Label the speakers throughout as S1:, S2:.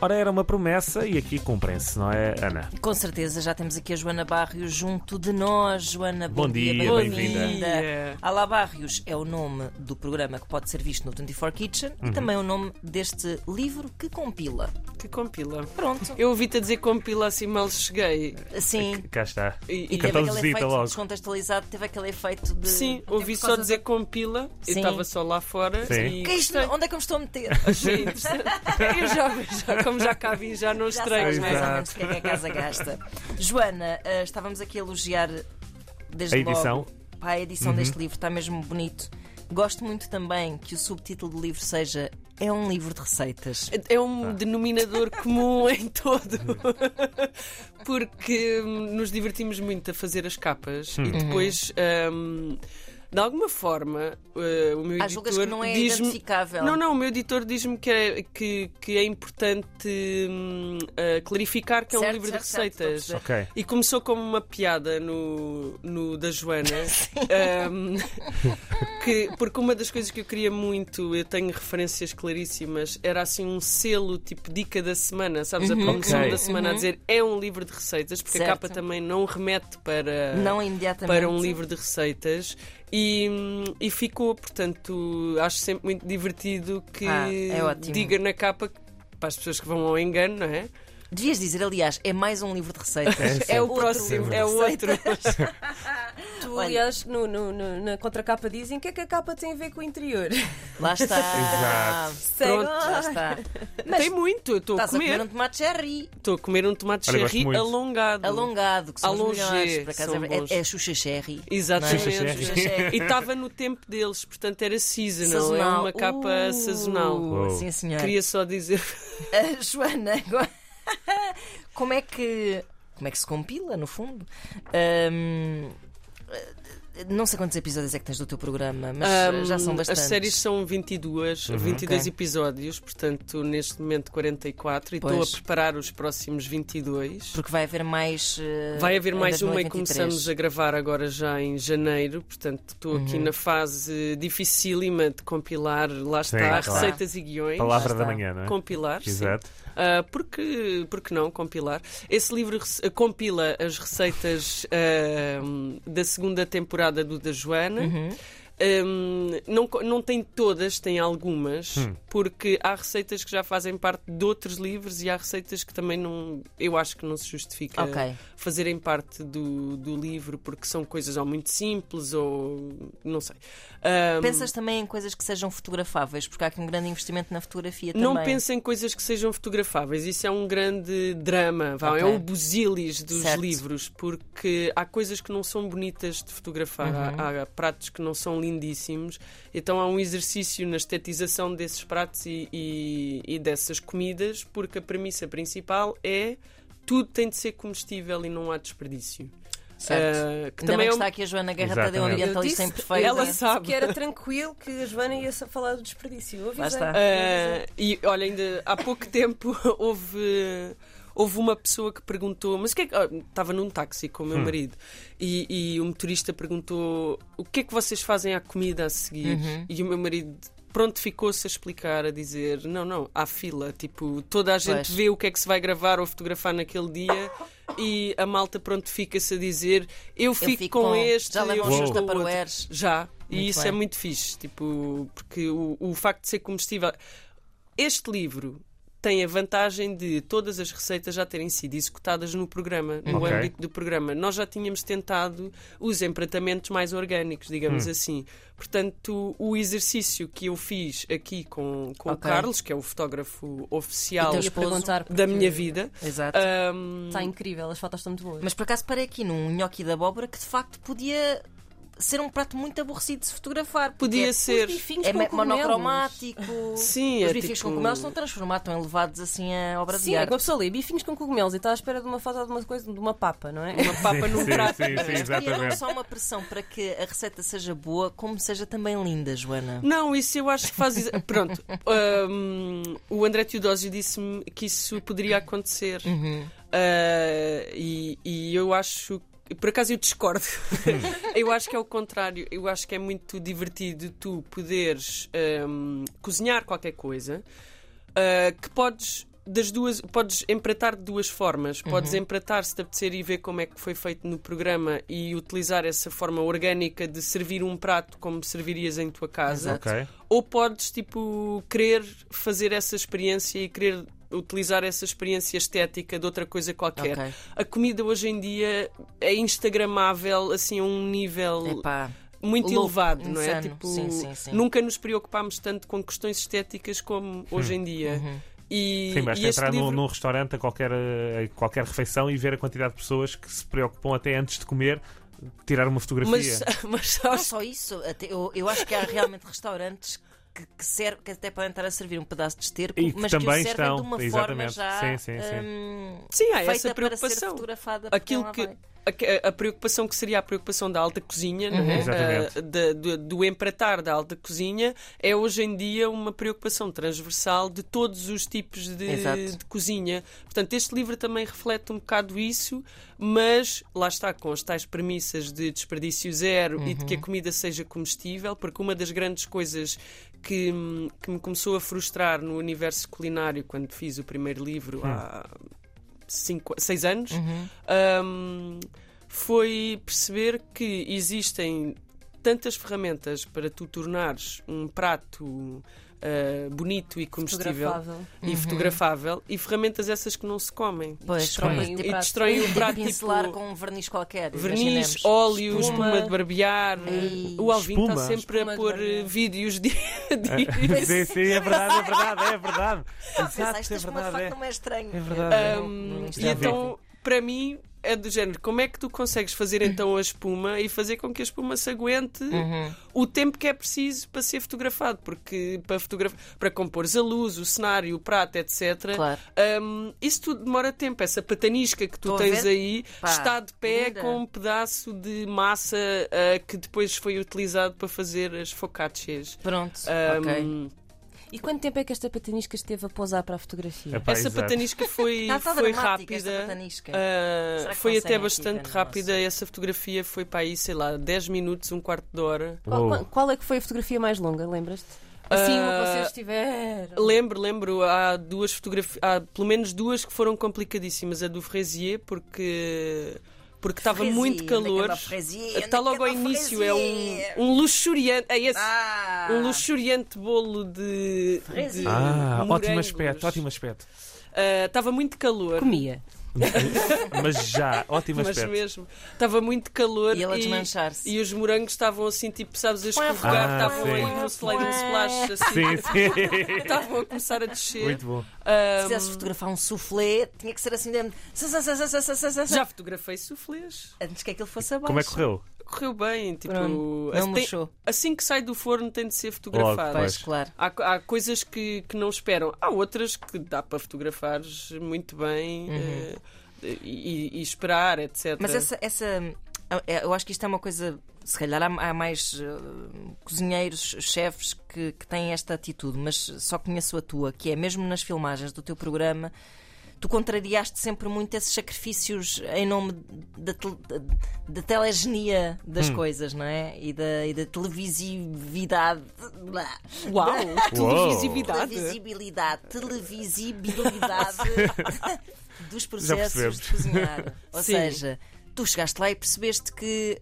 S1: Ora, era uma promessa e aqui cumprem-se, não é, Ana?
S2: Com certeza, já temos aqui a Joana Barrios junto de nós. Joana, bom,
S1: Bom dia,
S2: bem-
S1: bem-vinda.
S2: bem-vinda. Alá Barrios é o nome do programa que pode ser visto no 24 Kitchen e
S1: Uhum.
S2: também é o nome deste livro que compila.
S3: Que compila.
S2: Pronto.
S3: Eu ouvi-te a dizer compila assim mal cheguei.
S2: Assim.
S1: É Cá está.
S3: E-
S2: E
S3: e é
S2: teve
S1: Cartão de
S2: aquele
S1: visita
S2: efeito
S1: logo.
S2: descontextualizado, teve aquele efeito de. é
S3: Sim,
S2: Até
S3: ouvi
S2: por
S3: só
S2: causa
S3: dizer compila. Eu
S2: Sim.
S3: estava só lá fora.
S1: Sim.
S3: E
S2: Que é isto?
S3: gostei.
S2: Onde é que eu me estou a meter?
S3: Achei interessante. Eu já, já, como já cá vim, já não
S2: Já
S3: estranho,
S2: sabes
S3: não
S2: mais
S3: é?
S2: ou menos o que é que a casa gasta. Joana, ah, estávamos aqui a elogiar desde
S1: A edição.
S2: logo pá, a edição
S3: Uhum.
S2: deste livro, está mesmo bonito. Gosto muito também que o subtítulo do livro seja É um livro de receitas.
S3: É um denominador comum em todo. Porque hum, nos divertimos muito a fazer as capas e depois. hum, de alguma forma, eh, o meu
S2: Há julgas que
S3: editor
S2: não é
S3: diz-me
S2: identificável.
S3: Não, não, o meu editor diz-me que é, que, que é importante hum, ah, clarificar que é um
S2: Certo,
S3: livro
S2: certo,
S3: de
S2: certo,
S3: receitas.
S2: estou a
S1: Ok.
S3: E começou como uma piada no, no da Joana, hum, que, porque uma das coisas que eu queria muito, eu tenho referências claríssimas, era assim um selo tipo dica da semana, sabes? A promoção
S1: Ok.
S3: da semana a dizer é um livro de receitas, porque
S2: Uhum. Certo.
S3: a capa também não remete para
S2: Ah, Não imediatamente.
S3: para um livro de receitas e, hum, e ficou, portanto, acho sempre muito divertido que
S2: Ah, é ótimo.
S3: diga na capa que- para as pessoas que vão ao engano, não é?
S2: Devias dizer, aliás, é mais um livro de receitas.
S3: É o
S2: Outro livro
S3: próximo,
S2: de
S3: é o outro.
S2: receitas.
S4: Tu,
S2: Olha.
S4: aliás, no- no- no- na contracapa dizem o que é que a capa tem a ver com o interior.
S2: Lá está.
S1: Exato.
S3: Pronto.
S2: Já está.
S3: Tem muito, eu estou a
S2: Estás a comer
S3: comer.
S2: um tomate cherry
S3: Estou a comer um tomate
S1: Olha, gosto
S3: cherry
S1: muito.
S3: alongado.
S2: alongado, que são os
S3: Alongé,
S2: melhores. Por acaso
S3: são
S2: é,
S3: bons.
S2: é, é Xuxa Cherry.
S1: Não é?
S3: Exatamente.
S1: Xuxa
S2: Cherry.
S3: E estava no tempo deles, portanto era seasonal,
S2: Sazonal.
S3: é uma capa
S2: Uh,
S3: sazonal.
S1: Uou.
S2: Sim, senhora.
S3: Queria só dizer.
S2: A Joana, agora- como é que. Como é que se compila, no fundo? Ahm, eh, não sei quantos episódios é que tens do teu programa, mas eh, já são
S3: Hum,
S2: bastantes. Uhum,
S3: As séries são 22, 22
S2: Ok.
S3: episódios, portanto, neste momento 44, e
S2: Pois.
S3: estou a preparar os próximos 22.
S2: Porque vai haver mais. eh,
S3: Vai haver
S2: em
S3: mais uma e
S2: 2023.
S3: começamos a gravar agora já em janeiro, portanto, estou aqui
S2: Uhum.
S3: na fase dificílima de compilar, lá
S1: Sim,
S3: está,
S1: claro.
S3: receitas e guiões.
S1: Palavra
S2: está.
S1: da manhã, não é?
S3: Compilar, sim.
S1: Exato.
S3: Ah, porque, porque não compilar? Esse livro rece- ah, compila as receitas ahm, da segunda temporada do da Joana. Ahm, não, co- não tem todas, tem algumas, porque há receitas que já fazem parte de outros livros e há receitas que também não. Eu acho que não se justifica
S2: Ok.
S3: fazerem parte do, do livro porque são coisas ou muito simples ou. não sei. Ahm,
S2: Pensas também em coisas que sejam fotografáveis, porque há aqui um grande investimento na fotografia
S3: Não
S2: também.
S3: pensa em coisas que sejam fotografáveis, isso é um grande drama, vá,
S2: Ok.
S3: é o busilis dos
S2: Certo.
S3: livros, porque há coisas que não são bonitas de fotografar,
S2: Uhum.
S3: há, há pratos que não são lindíssimos, então há um exercício na estetização desses pratos e, e- e dessas comidas, porque a premissa principal é tudo tem de ser comestível e não há desperdício.
S2: Certo.
S3: Ah, que
S2: Ainda bem
S3: também
S2: que
S3: é um-
S2: está aqui a Joana Guerra um
S1: Exatamente.
S2: Tadeu,
S1: Eu
S4: Eu
S2: ambientalista
S4: disse,
S2: imperfeita.
S3: ela
S4: eu disse
S3: sabe.
S4: que era tranquilo que a Joana ia só falar do desperdício. Eu avisei.
S2: está. Eh,
S4: Eu
S3: Ah, e olha, ainda há pouco tempo houve, houve uma pessoa que perguntou, mas o que é que. ah, Estava num táxi com o meu marido e, e o motorista perguntou o que é que vocês fazem à comida a seguir? E o meu marido. Pronto, ficou-se a explicar, a dizer: não, não, há fila. Tipo, toda a gente
S2: Pois.
S3: vê o que é que se vai gravar ou fotografar naquele dia e a malta, pronto, fica-se a dizer: eu, fico,
S2: fico
S3: com
S2: com-
S3: este,
S2: já levam
S3: eu
S1: os
S3: fico
S1: seus
S3: com o outro.
S2: Tupperwares.
S3: Já,
S2: Muito
S3: e isso
S2: bem.
S3: é muito fixe, tipo, porque o, o facto de ser comestível. Este livro tem a vantagem de todas as receitas já terem sido executadas no programa, no
S1: Ok.
S3: âmbito do programa. Nós já tínhamos tentado os empratamentos mais orgânicos,
S1: Hum.
S3: digamos assim. Portanto, o exercício que eu fiz aqui com,
S2: Ok.
S3: com o Carlos, que é o fotógrafo
S2: E
S3: oficial
S2: teu
S4: ia
S2: esposo
S4: perguntar
S3: da
S4: porque
S3: minha vida. hum,
S2: Exato.
S3: Ah. ahm,
S4: Está incrível, as fotos estão muito boas.
S2: Mas por acaso parei aqui num nhoque de abóbora que de facto podia ser um prato muito aborrecido de se fotografar. porque
S3: podia
S2: é-
S3: ser.
S4: bifinhos
S2: É
S4: com
S2: me-
S4: cogumelos.
S2: monocromático.
S3: Sim,
S2: Os
S3: é
S2: bifinhos
S3: tipo-
S2: com cogumelos estão transformados, estão elevados assim a obra
S4: Sim,
S2: de
S4: é que
S2: arte.
S4: uma pessoa lê bifinhos com cogumelos e está à espera de uma foto de uma coisa, de uma papa, não é?
S3: Uma papa num prato.
S1: Sim, sim, sim,
S2: Cria não
S1: exatamente.
S2: só uma pressão para que a receita seja boa, como seja também linda, Joana.
S3: Não, isso eu acho que faz. exa- Pronto, hum, o André Teodósio disse-me que isso poderia acontecer. Ah, e, e eu acho. Por acaso eu discordo. eu acho que é o contrário. Eu acho que é muito divertido tu poderes hum, cozinhar qualquer coisa ah, que podes das duas, podes empratar de duas formas. Podes empratar se te apetecer e ver como é que foi feito no programa e utilizar essa forma orgânica de servir um prato como servirias em tua casa.
S1: Ok.
S3: Ou podes, tipo, querer fazer essa experiência e querer utilizar essa experiência estética de outra coisa qualquer.
S2: Ok.
S3: A comida hoje em dia é instagramável, assim, a um nível
S2: Epá.
S3: muito
S2: Louco,
S3: elevado, não é?
S2: insano.
S3: Tipo,
S2: Sim, sim, sim.
S3: nunca nos preocupámos tanto com questões estéticas como hoje em dia.
S2: Uhum.
S3: E,
S1: Hum. Sim, basta
S3: e este
S1: entrar num-
S3: livro-
S1: num restaurante a qualquer, eh, a qualquer refeição e ver a quantidade de pessoas que se preocupam até antes de comer, tirar uma fotografia.
S3: Mas,
S2: Não
S3: mas sabes,
S2: só isso, até eu, eu acho que há realmente restaurantes que, que, serve- que até podem estar a servir um pedaço de esterco,
S1: E que
S2: mas que o
S1: também
S2: servem
S1: estão,
S2: de uma forma
S1: exatamente.
S2: já
S1: Sim, sim, sim.
S2: hum,
S3: sim, há
S2: feita
S3: Ah, essa
S2: para ser
S3: preocupação.
S2: fotografada por quem
S3: Aquilo
S2: lá
S3: que.
S2: vai.
S3: A, a preocupação que seria a preocupação da alta cozinha, não é?
S1: Exatamente.
S3: Ah, da- do, do empratar da alta cozinha, é hoje em dia uma preocupação transversal de todos os tipos de,
S2: Exato.
S3: de cozinha. Portanto, este livro também reflete um bocado isso, mas lá está, com as tais premissas de desperdício zero e de que a comida seja comestível, porque uma das grandes coisas que, hum, que me começou a frustrar no universo culinário quando fiz o primeiro livro há cinco, seis anos
S4: Uhum.
S3: hum, foi perceber que existem tantas ferramentas para tu tornares um prato uh, bonito e comestível É.
S4: Fotografável. Uhum.
S3: e fotografável e ferramentas essas que não se comem.
S2: Pois,
S1: Destroem.
S2: como
S3: E
S4: E prato.
S3: destroem o prato tipo
S2: pincelar com um verniz qualquer.
S3: verniz,
S2: imaginemos.
S3: óleo,
S4: Espuma.
S3: espuma, de barbear.
S2: Ei.
S3: O Alvin está
S1: Espuma?
S3: sempre
S4: Espuma
S3: a
S4: de
S3: pôr eh,
S4: barbear.
S3: vídeos de, de-
S1: Ah, sim, sim, é verdade, é verdade, é verdade. Exato,
S2: Pensaste
S1: é
S2: isto com uma
S1: verdade.
S2: faca
S1: é.
S2: não é estranho.
S1: É verdade, é.
S2: Não- não- não-
S3: E então, para mim, é do género: como é que tu consegues fazer
S2: Uhum.
S3: então a espuma e fazer com que a espuma se aguente
S2: Uhum.
S3: o tempo que é preciso para ser fotografado? Porque para, fotograf... para compores a luz, o cenário, o prato, etc.
S2: Claro.
S3: hum, isso tudo demora tempo. Essa patanisca que tu
S2: Estou a
S3: tens
S2: ver.
S3: aí
S2: Pá,
S3: está de pé
S2: linda.
S3: com um pedaço de massa ah, que depois foi utilizado para fazer as focaccias.
S2: Pronto, ok.
S3: Hum,
S4: E quanto tempo é que esta patanisca esteve a pousar para a fotografia?
S1: Epá,
S3: Essa
S1: exato.
S3: patanisca foi,
S2: Não, está
S3: foi
S2: dramática esta
S3: rápida.
S2: patanisca.
S3: Ah,
S2: Será que
S3: foi
S2: conseguem
S3: até
S2: aqui,
S3: bastante
S2: grande
S3: rápida. Essa fotografia foi para aí, sei lá, 10 minutos, um quarto de hora.
S4: Qual,
S1: Uou.
S4: qual- qual é que foi a fotografia mais longa, lembras-te? Assim, uma que vocês tiveram.
S3: Lembro, lembro, há duas fotografias, há pelo menos duas que foram complicadíssimas. A do Fraisier, porque, porque estava
S2: Fraisier,
S3: muito
S2: onde é que
S3: calor.
S2: anda o Fraisier? Onde é
S3: Está
S2: que
S3: logo ao
S2: anda o
S3: início, é um,
S2: Fraisier?
S3: um luxuriante. É esse.
S2: Ah,
S3: Um luxuriante bolo de.
S2: Fraisier.
S3: de
S1: Ah, ótimo
S3: morangos.
S1: aspecto, ótimo aspecto.
S3: Ah, Estava muito calor.
S4: Comia.
S1: Mas já, ótimo
S3: Mas
S1: aspecto.
S3: mesmo, estava muito calor
S2: E ele a desmanchar-se.
S3: e os morangos estavam assim, tipo, sabes, a escorregar,
S1: Ah,
S3: estavam
S1: sim.
S3: aí no slide splash, assim,
S1: Sim, sim.
S3: estavam a começar a descer.
S1: Muito bom.
S3: Ah,
S2: Se quisesse fotografar um soufflé, tinha que ser assim mesmo. Sa, sa, sa, sa, sa, sa, sa, sa.
S3: já fotografei soufflés,
S2: Antes que aquilo fosse abaixo.
S1: Como é que correu?
S3: correu bem, tipo,
S2: Pronto,
S3: assim,
S2: não murchou.
S3: assim que sai do forno tem de ser fotografado.
S1: Logo,
S2: Pois, claro.
S3: Há, co- há coisas que, que não esperam, há outras que dá para fotografar muito bem eh, e, e- e esperar, etc.
S2: Uhum. Mas essa, essa. Eu acho que isto é uma coisa. Se calhar há, há mais eh, cozinheiros, chefes que, que têm esta atitude, mas só conheço a tua, que é mesmo nas filmagens do teu programa. Tu contrariaste sempre muito esses sacrifícios em nome da, tel- da- da telegenia das
S1: Hum.
S2: coisas, não é? E da, e da televisividade. Blá.
S3: Uau!
S2: Da
S3: Televisividade!
S2: visibilidade, televisibilidade dos processos
S1: percebemos.
S2: de cozinhar. Ou
S3: Sim.
S2: seja, tu chegaste lá e percebeste que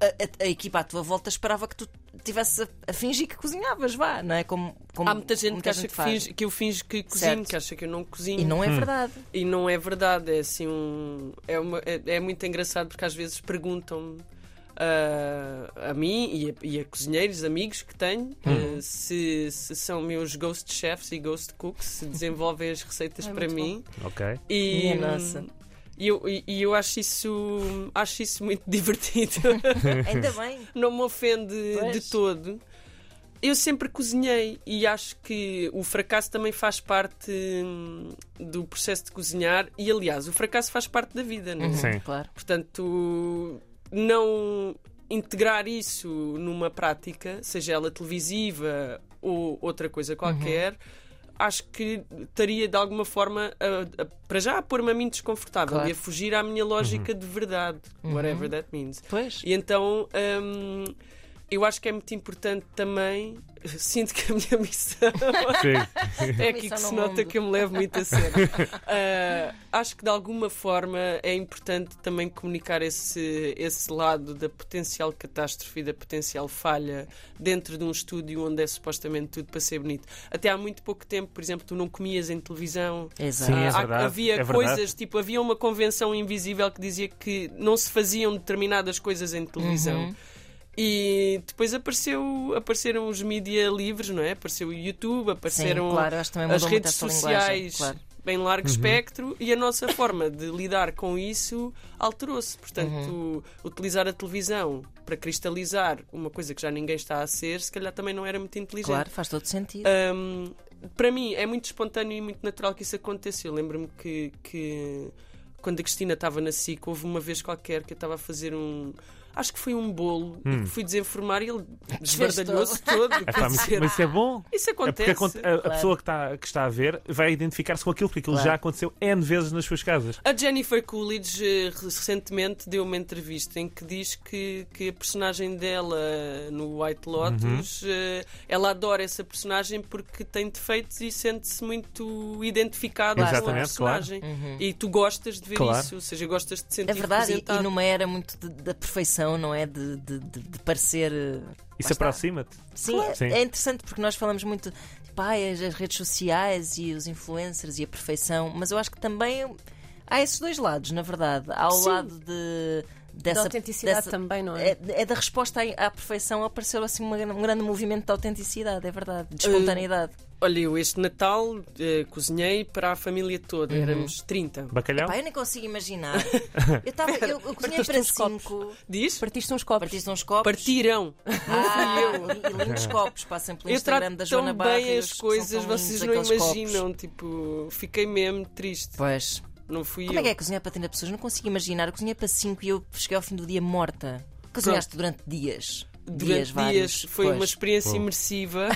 S2: a, a- a equipa à tua volta esperava que tu tivesses a, a fingir que cozinhavas, vá, não é? Como, como
S3: Há muita gente que acha que,
S2: faz.
S3: finge- que eu finjo que cozinho,
S2: Certo.
S3: que acha que eu não cozinho.
S2: E não é verdade.
S3: E não é verdade, é assim um. É, uma- é, é muito engraçado porque às vezes perguntam-me ah, a mim e a, e a cozinheiros, amigos que tenho, ah, se, se são meus ghost chefs e ghost cooks, se desenvolvem as receitas para mim.
S1: Ok.
S3: E,
S2: Minha nossa.
S3: E eu, e- e eu acho isso acho isso muito divertido. Hum.
S2: Ainda bem.
S3: não me ofende
S2: Pois.
S3: de todo. Eu sempre cozinhei e acho que o fracasso também faz parte hum, do processo de cozinhar e, aliás, o fracasso faz parte da vida,
S2: Uhum.
S3: não é?
S1: Sim.
S2: Claro.
S3: Portanto, não integrar isso numa prática, seja ela televisiva ou outra
S2: Uhum.
S3: coisa qualquer, acho que estaria de alguma forma a- a- para já a pôr-me a mim desconfortável
S2: Claro. Uhum.
S3: e a fugir à minha lógica de verdade, whatever that means.
S2: Pois.
S3: E então hum, Eu acho que é muito importante também. Sinto que a minha missão
S1: Sim.
S3: é
S2: Missão
S3: aqui que
S2: no
S3: se nota
S2: mundo.
S3: que eu me levo muito a sério. Ah, acho que de alguma forma é importante também comunicar esse, esse lado da potencial catástrofe e da potencial falha dentro de um estúdio onde é supostamente tudo para ser bonito. Até há muito pouco tempo, por exemplo, tu não comias em televisão.
S2: Exato.
S1: Sim, é
S3: Ah, Há-
S1: verdade,
S3: havia
S1: é verdade.
S3: coisas, tipo, havia uma convenção invisível que dizia que não se faziam determinadas coisas em televisão.
S2: Uhum.
S3: E depois apareceu, apareceram os mídia livres, não é? Apareceu o YouTube, apareceram
S2: Sim, claro, acho que também
S3: as
S2: mudou muito
S3: redes
S2: essa
S3: sociais
S2: linguagem. Claro. Uhum.
S3: em largo espectro e a nossa forma de lidar com isso alterou-se. Portanto,
S2: Uhum.
S3: utilizar a televisão para cristalizar uma coisa que já ninguém está a ser, se calhar também não era muito inteligente.
S2: Claro, faz todo sentido.
S3: Hum, para mim é muito espontâneo e muito natural que isso aconteça. Eu lembro-me que, que quando a Cristina estava na SIC, houve uma vez qualquer que eu estava a fazer um. Acho que foi um bolo e que fui desenformar e ele desbardalhou-se todo.
S1: Hum. É
S3: quer
S1: pá, mas,
S3: dizer,
S1: mas isso é bom.
S3: Isso
S1: É porque
S3: acontece.
S1: aconte- a, a pessoa que está, que está a ver vai identificar-se com aquilo, porque aquilo
S2: Claro.
S1: já aconteceu N vezes nas suas casas.
S3: A Jennifer Coolidge eh, recentemente deu uma entrevista em que diz que, que a personagem dela no White Lotus
S1: Uhum.
S3: eh, ela adora essa personagem porque tem defeitos e sente-se muito identificada com a
S1: Exatamente,
S3: personagem. E tu gostas de ver
S1: Claro.
S3: isso, ou seja, gostas de te sentir
S2: Uhum. É verdade, e, e
S3: representado.
S2: numa era muito de- da perfeição, não é? De, de, de- de parecer. eh,
S1: Isso
S2: lá está.
S1: aproxima-te.
S2: Sim,
S1: Claro.
S2: é-
S1: Sim.
S2: é interessante porque nós falamos muito tipo, ai, as, as redes sociais e os influencers e a perfeição, mas eu acho que também há esses dois lados, na verdade. Há o
S3: Sim.
S2: lado de. Dessa,
S4: da autenticidade
S2: dessa-
S4: também, não é?
S2: É, é da resposta à, à perfeição apareceu assim uma gran- um grande movimento de autenticidade, é verdade,
S3: Eh,
S2: de espontaneidade.
S3: Olha, eu este Natal eh, cozinhei para a família
S2: Uhum.
S3: toda, éramos 30.
S1: Bacalhau?
S2: Pá, eu nem consigo imaginar. Eu, tava, eu, eu cozinhei
S4: partiste
S2: para
S4: uns copos.
S2: cinco,
S3: Diz?
S4: Partiste uns copos.
S2: partiste uns copos.
S3: Partiram.
S2: Ah, e lindos copos, passem pelo
S3: Eu
S2: Instagram
S3: trato
S2: da Joana
S3: tão
S2: Barra e
S3: bem
S2: os
S3: as
S2: que
S3: coisas,
S2: são tão
S3: vocês não
S2: lindos, aqueles copos.
S3: imaginam. Tipo, fiquei mesmo triste.
S2: Pois.
S3: Não fui
S2: Como é
S3: eu.
S2: que é cozinhar para 30 pessoas? Não consigo imaginar. Eu cozinhei para 5 e eu cheguei ao fim do dia morta. Cozinhaste durante dias.
S3: Durante
S2: dias,
S3: dias,
S2: vários.
S3: foi
S2: Pois.
S3: uma experiência
S1: Bom.
S3: imersiva.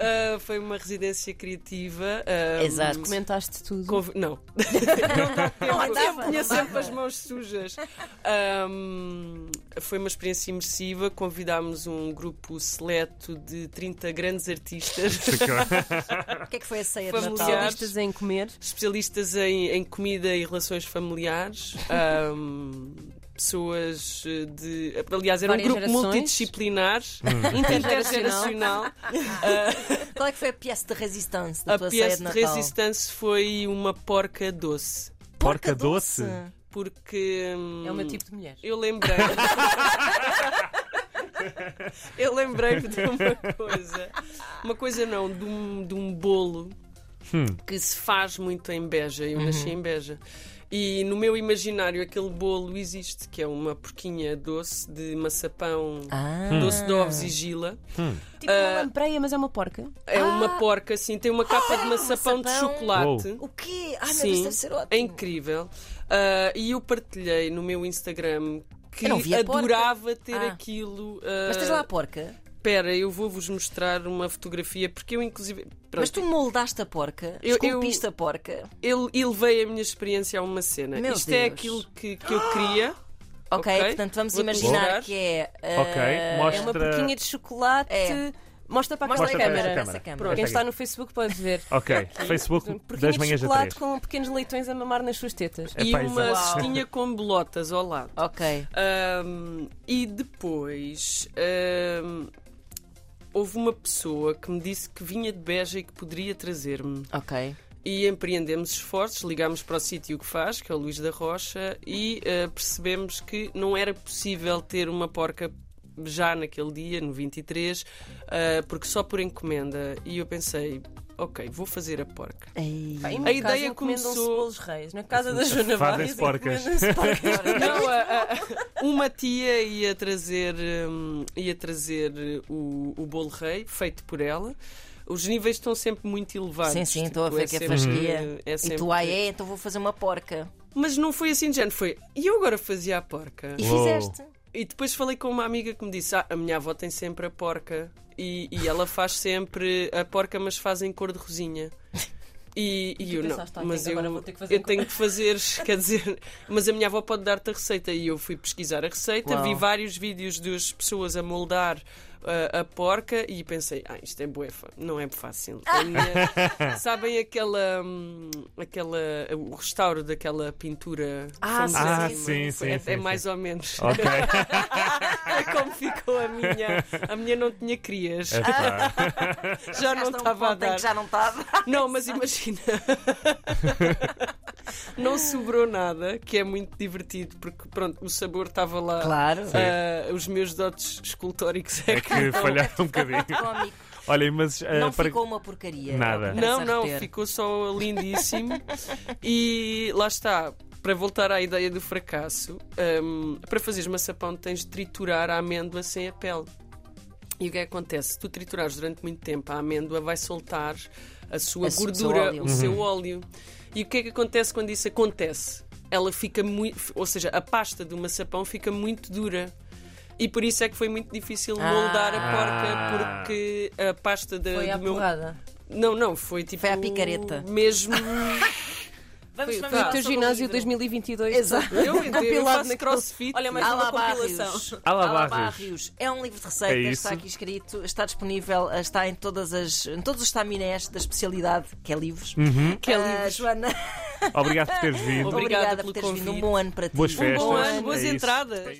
S3: Ah, foi uma residência criativa. ah,
S2: Exato.
S4: Comentaste tudo.
S3: conv- Não,
S4: Não
S3: Eu
S4: dava,
S3: tinha
S4: não
S3: sempre
S4: dava.
S3: as mãos sujas. Ahm, foi uma experiência imersiva. Convidámos um grupo seleto de 30 grandes artistas,
S2: O que é que foi a ceia de
S3: Familiar.
S2: Natal?
S4: Especialistas em comer.
S3: especialistas em, em comida e relações familiares. ahm, pessoas eh, de. Aliás, era
S4: Várias
S3: um grupo
S4: gerações.
S3: multidisciplinar,
S4: Intergeracional.
S3: intergeracional.
S2: Qual é que foi a pièce de resistência da
S3: A
S2: tua ceia
S3: pièce
S2: de
S3: de
S2: Natal?
S3: resistance foi uma porca doce.
S1: Porca doce?
S2: Ah.
S3: Porque. hum,
S4: É o meu tipo de mulher.
S3: Eu lembrei. eu lembrei-me de uma coisa. Uma coisa não, de um, de um bolo que se faz muito em Beja. Eu nasci em Beja. E no meu imaginário aquele bolo existe, que é uma porquinha doce de maçapão,
S2: Ah.
S3: doce de ovos e gila.
S4: Tipo
S3: Ah.
S4: uma lampreia, mas é uma porca.
S3: É uma porca, assim, tem uma capa de maçapão, de
S2: maçapão.
S3: chocolate.
S2: O quê? Ai, meu
S3: Sim,
S2: Deus, deve ser
S3: É
S2: ótimo.
S3: incrível. Ah, e eu partilhei no meu Instagram que
S2: Eu não vi a porca.
S3: adorava ter
S2: Ah.
S3: aquilo.
S2: Mas tens lá a porca?
S3: Espera, eu vou-vos mostrar uma fotografia, porque eu, inclusive. Pronto,
S2: Mas tu moldaste a porca?
S3: Eu-
S2: esculpiste a porca?
S3: eu elevei a minha experiência a uma cena.
S2: Meu
S3: Isto é
S2: Deus.
S3: aquilo que, que eu queria.
S2: Ok,
S3: Ok,
S2: portanto vamos
S3: vou-te
S2: imaginar
S3: mostrar.
S2: que é.
S1: Ok,
S2: ah,
S1: mostra.
S4: É uma porquinha de chocolate.
S2: É.
S4: Mostra para
S2: Mostra
S4: aquela
S2: para esta
S4: câmara.
S1: câmara.
S2: câmara.
S4: Pronto, Quem
S1: Esta
S4: está
S1: aqui.
S4: no Facebook pode ver.
S1: Ok, Facebook
S4: Porquinha
S1: das
S4: de
S1: manhãs a
S4: chocolate
S1: 3.
S4: com pequenos leitões a mamar nas suas tetas.
S1: É
S3: e
S1: pá,
S3: uma
S1: exato.
S3: cestinha com bolotas ao lado.
S2: Ok.
S3: Ahm, e depois ahm, houve uma pessoa que me disse que vinha de Beja e que poderia trazer-me.
S2: Ok.
S3: E empreendemos esforços, ligámos para o sítio que faz, que é o Luís da Rocha, e eh, percebemos que não era possível ter uma porca já naquele dia, no 23, eh, porque só por encomenda. E eu pensei, ok, vou fazer a porca.
S2: Ei.
S4: Pá, e no
S3: A
S4: caso,
S3: ideia
S4: encomendam-se
S3: começou-
S4: bolos reis. Na casa da Joana
S1: Fazem-se porcas.
S4: Vargas, encomendam-se porcas.
S3: Não, a- a- uma tia ia trazer, hum, ia trazer o, o bolo rei, feito por ela. Os níveis estão sempre muito elevados.
S2: Sim, sim, estou a
S3: tipo,
S2: ver
S3: é
S2: que é
S3: sempre-
S2: fasquia.
S3: é
S2: E
S3: sempre-
S2: tu, ah, é, então vou fazer uma porca.
S3: Mas não foi assim de género, foi. E eu agora fazia a porca.
S2: E
S1: Uou.
S2: fizeste.
S3: E depois falei com uma amiga que me disse: Ah, a minha avó tem sempre a porca. E, e ela faz sempre a porca, mas faz em cor de rosinha. E, e
S4: tu
S3: eu não.
S4: pensaste, "Ah,
S3: mas
S4: tenho-
S3: eu,
S4: agora vou ter que fazer
S3: eu
S4: co-
S3: tenho que fazer, quer dizer, mas a minha avó pode dar-te a receita. E eu fui pesquisar a receita,
S2: Uau.
S3: vi vários vídeos das pessoas a moldar ah, a porca e pensei, ah, isto é buefa, não é fácil. A minha- sabem aquela, hum, aquela, o restauro daquela pintura
S2: Ah, sim,
S3: famosíssima?
S1: sim, sim,
S3: É,
S1: sim, sim.
S3: é mais ou menos.
S1: Ok,
S3: É como ficou a minha. A minha não tinha crias.
S1: é pá.
S3: Já não
S2: um
S3: estava a dar.
S2: já não estava.
S3: Não, mas imagina. Não sobrou nada, que é muito divertido, porque pronto, o sabor estava lá.
S2: Claro.
S3: Ah, os meus dotes escultóricos é
S1: É
S3: que.
S1: que falharam um bocadinho.
S2: Cómico.
S1: Olhem, mas. eh,
S2: Não
S1: para-
S2: ficou uma porcaria.
S1: Nada.
S2: é o que interessa
S3: Não, não,
S2: reter.
S3: ficou só lindíssimo. E lá está. Para voltar à ideia do fracasso, hum, para fazeres maçapão tens de triturar a amêndoa sem a pele. E o que é que acontece? Se tu triturares durante muito tempo, a amêndoa vai soltar a sua
S2: A su- o seu
S3: gordura,
S2: óleo.
S3: o seu óleo. E o que é que acontece quando isso acontece? Ela fica muito. Ou seja, a pasta do maçapão fica muito dura. E por isso é que foi muito difícil
S2: Ah.
S3: moldar
S1: Ah.
S3: a porca, porque a pasta da,
S4: Foi à
S3: do meu
S4: É porrada.
S3: não, não, foi tipo.
S2: Foi à picareta.
S3: Mesmo.
S2: Vamos,
S3: Foi-
S2: vamos
S3: foi
S2: falar
S4: O teu
S2: sobre o
S4: ginásio
S2: livro.
S4: 2022.
S2: Exato.
S3: Eu, então eu
S4: Compilado
S3: faço
S4: naquele-
S3: crossfit.
S4: Olha, mas-
S2: Alá
S4: uma compilação.
S2: Barrios.
S1: Alá
S2: Alá
S1: Barrios.
S2: Barrios. É um livro de
S1: É
S2: receitas,
S1: isso.
S2: está aqui escrito, está disponível, eh, está em, todas as, em todos os taminés da especialidade, que é livros.
S1: Uhum.
S3: Que é
S2: Ah,
S3: livros.
S2: Joana,
S1: Obrigado por teres vindo.
S3: Obrigada
S2: obrigada
S3: pelo
S2: por teres vindo. Um
S3: convite.
S2: bom ano para ti.
S1: Boas festas.
S3: bom ano,
S1: É
S3: boas
S1: isso.
S3: entradas.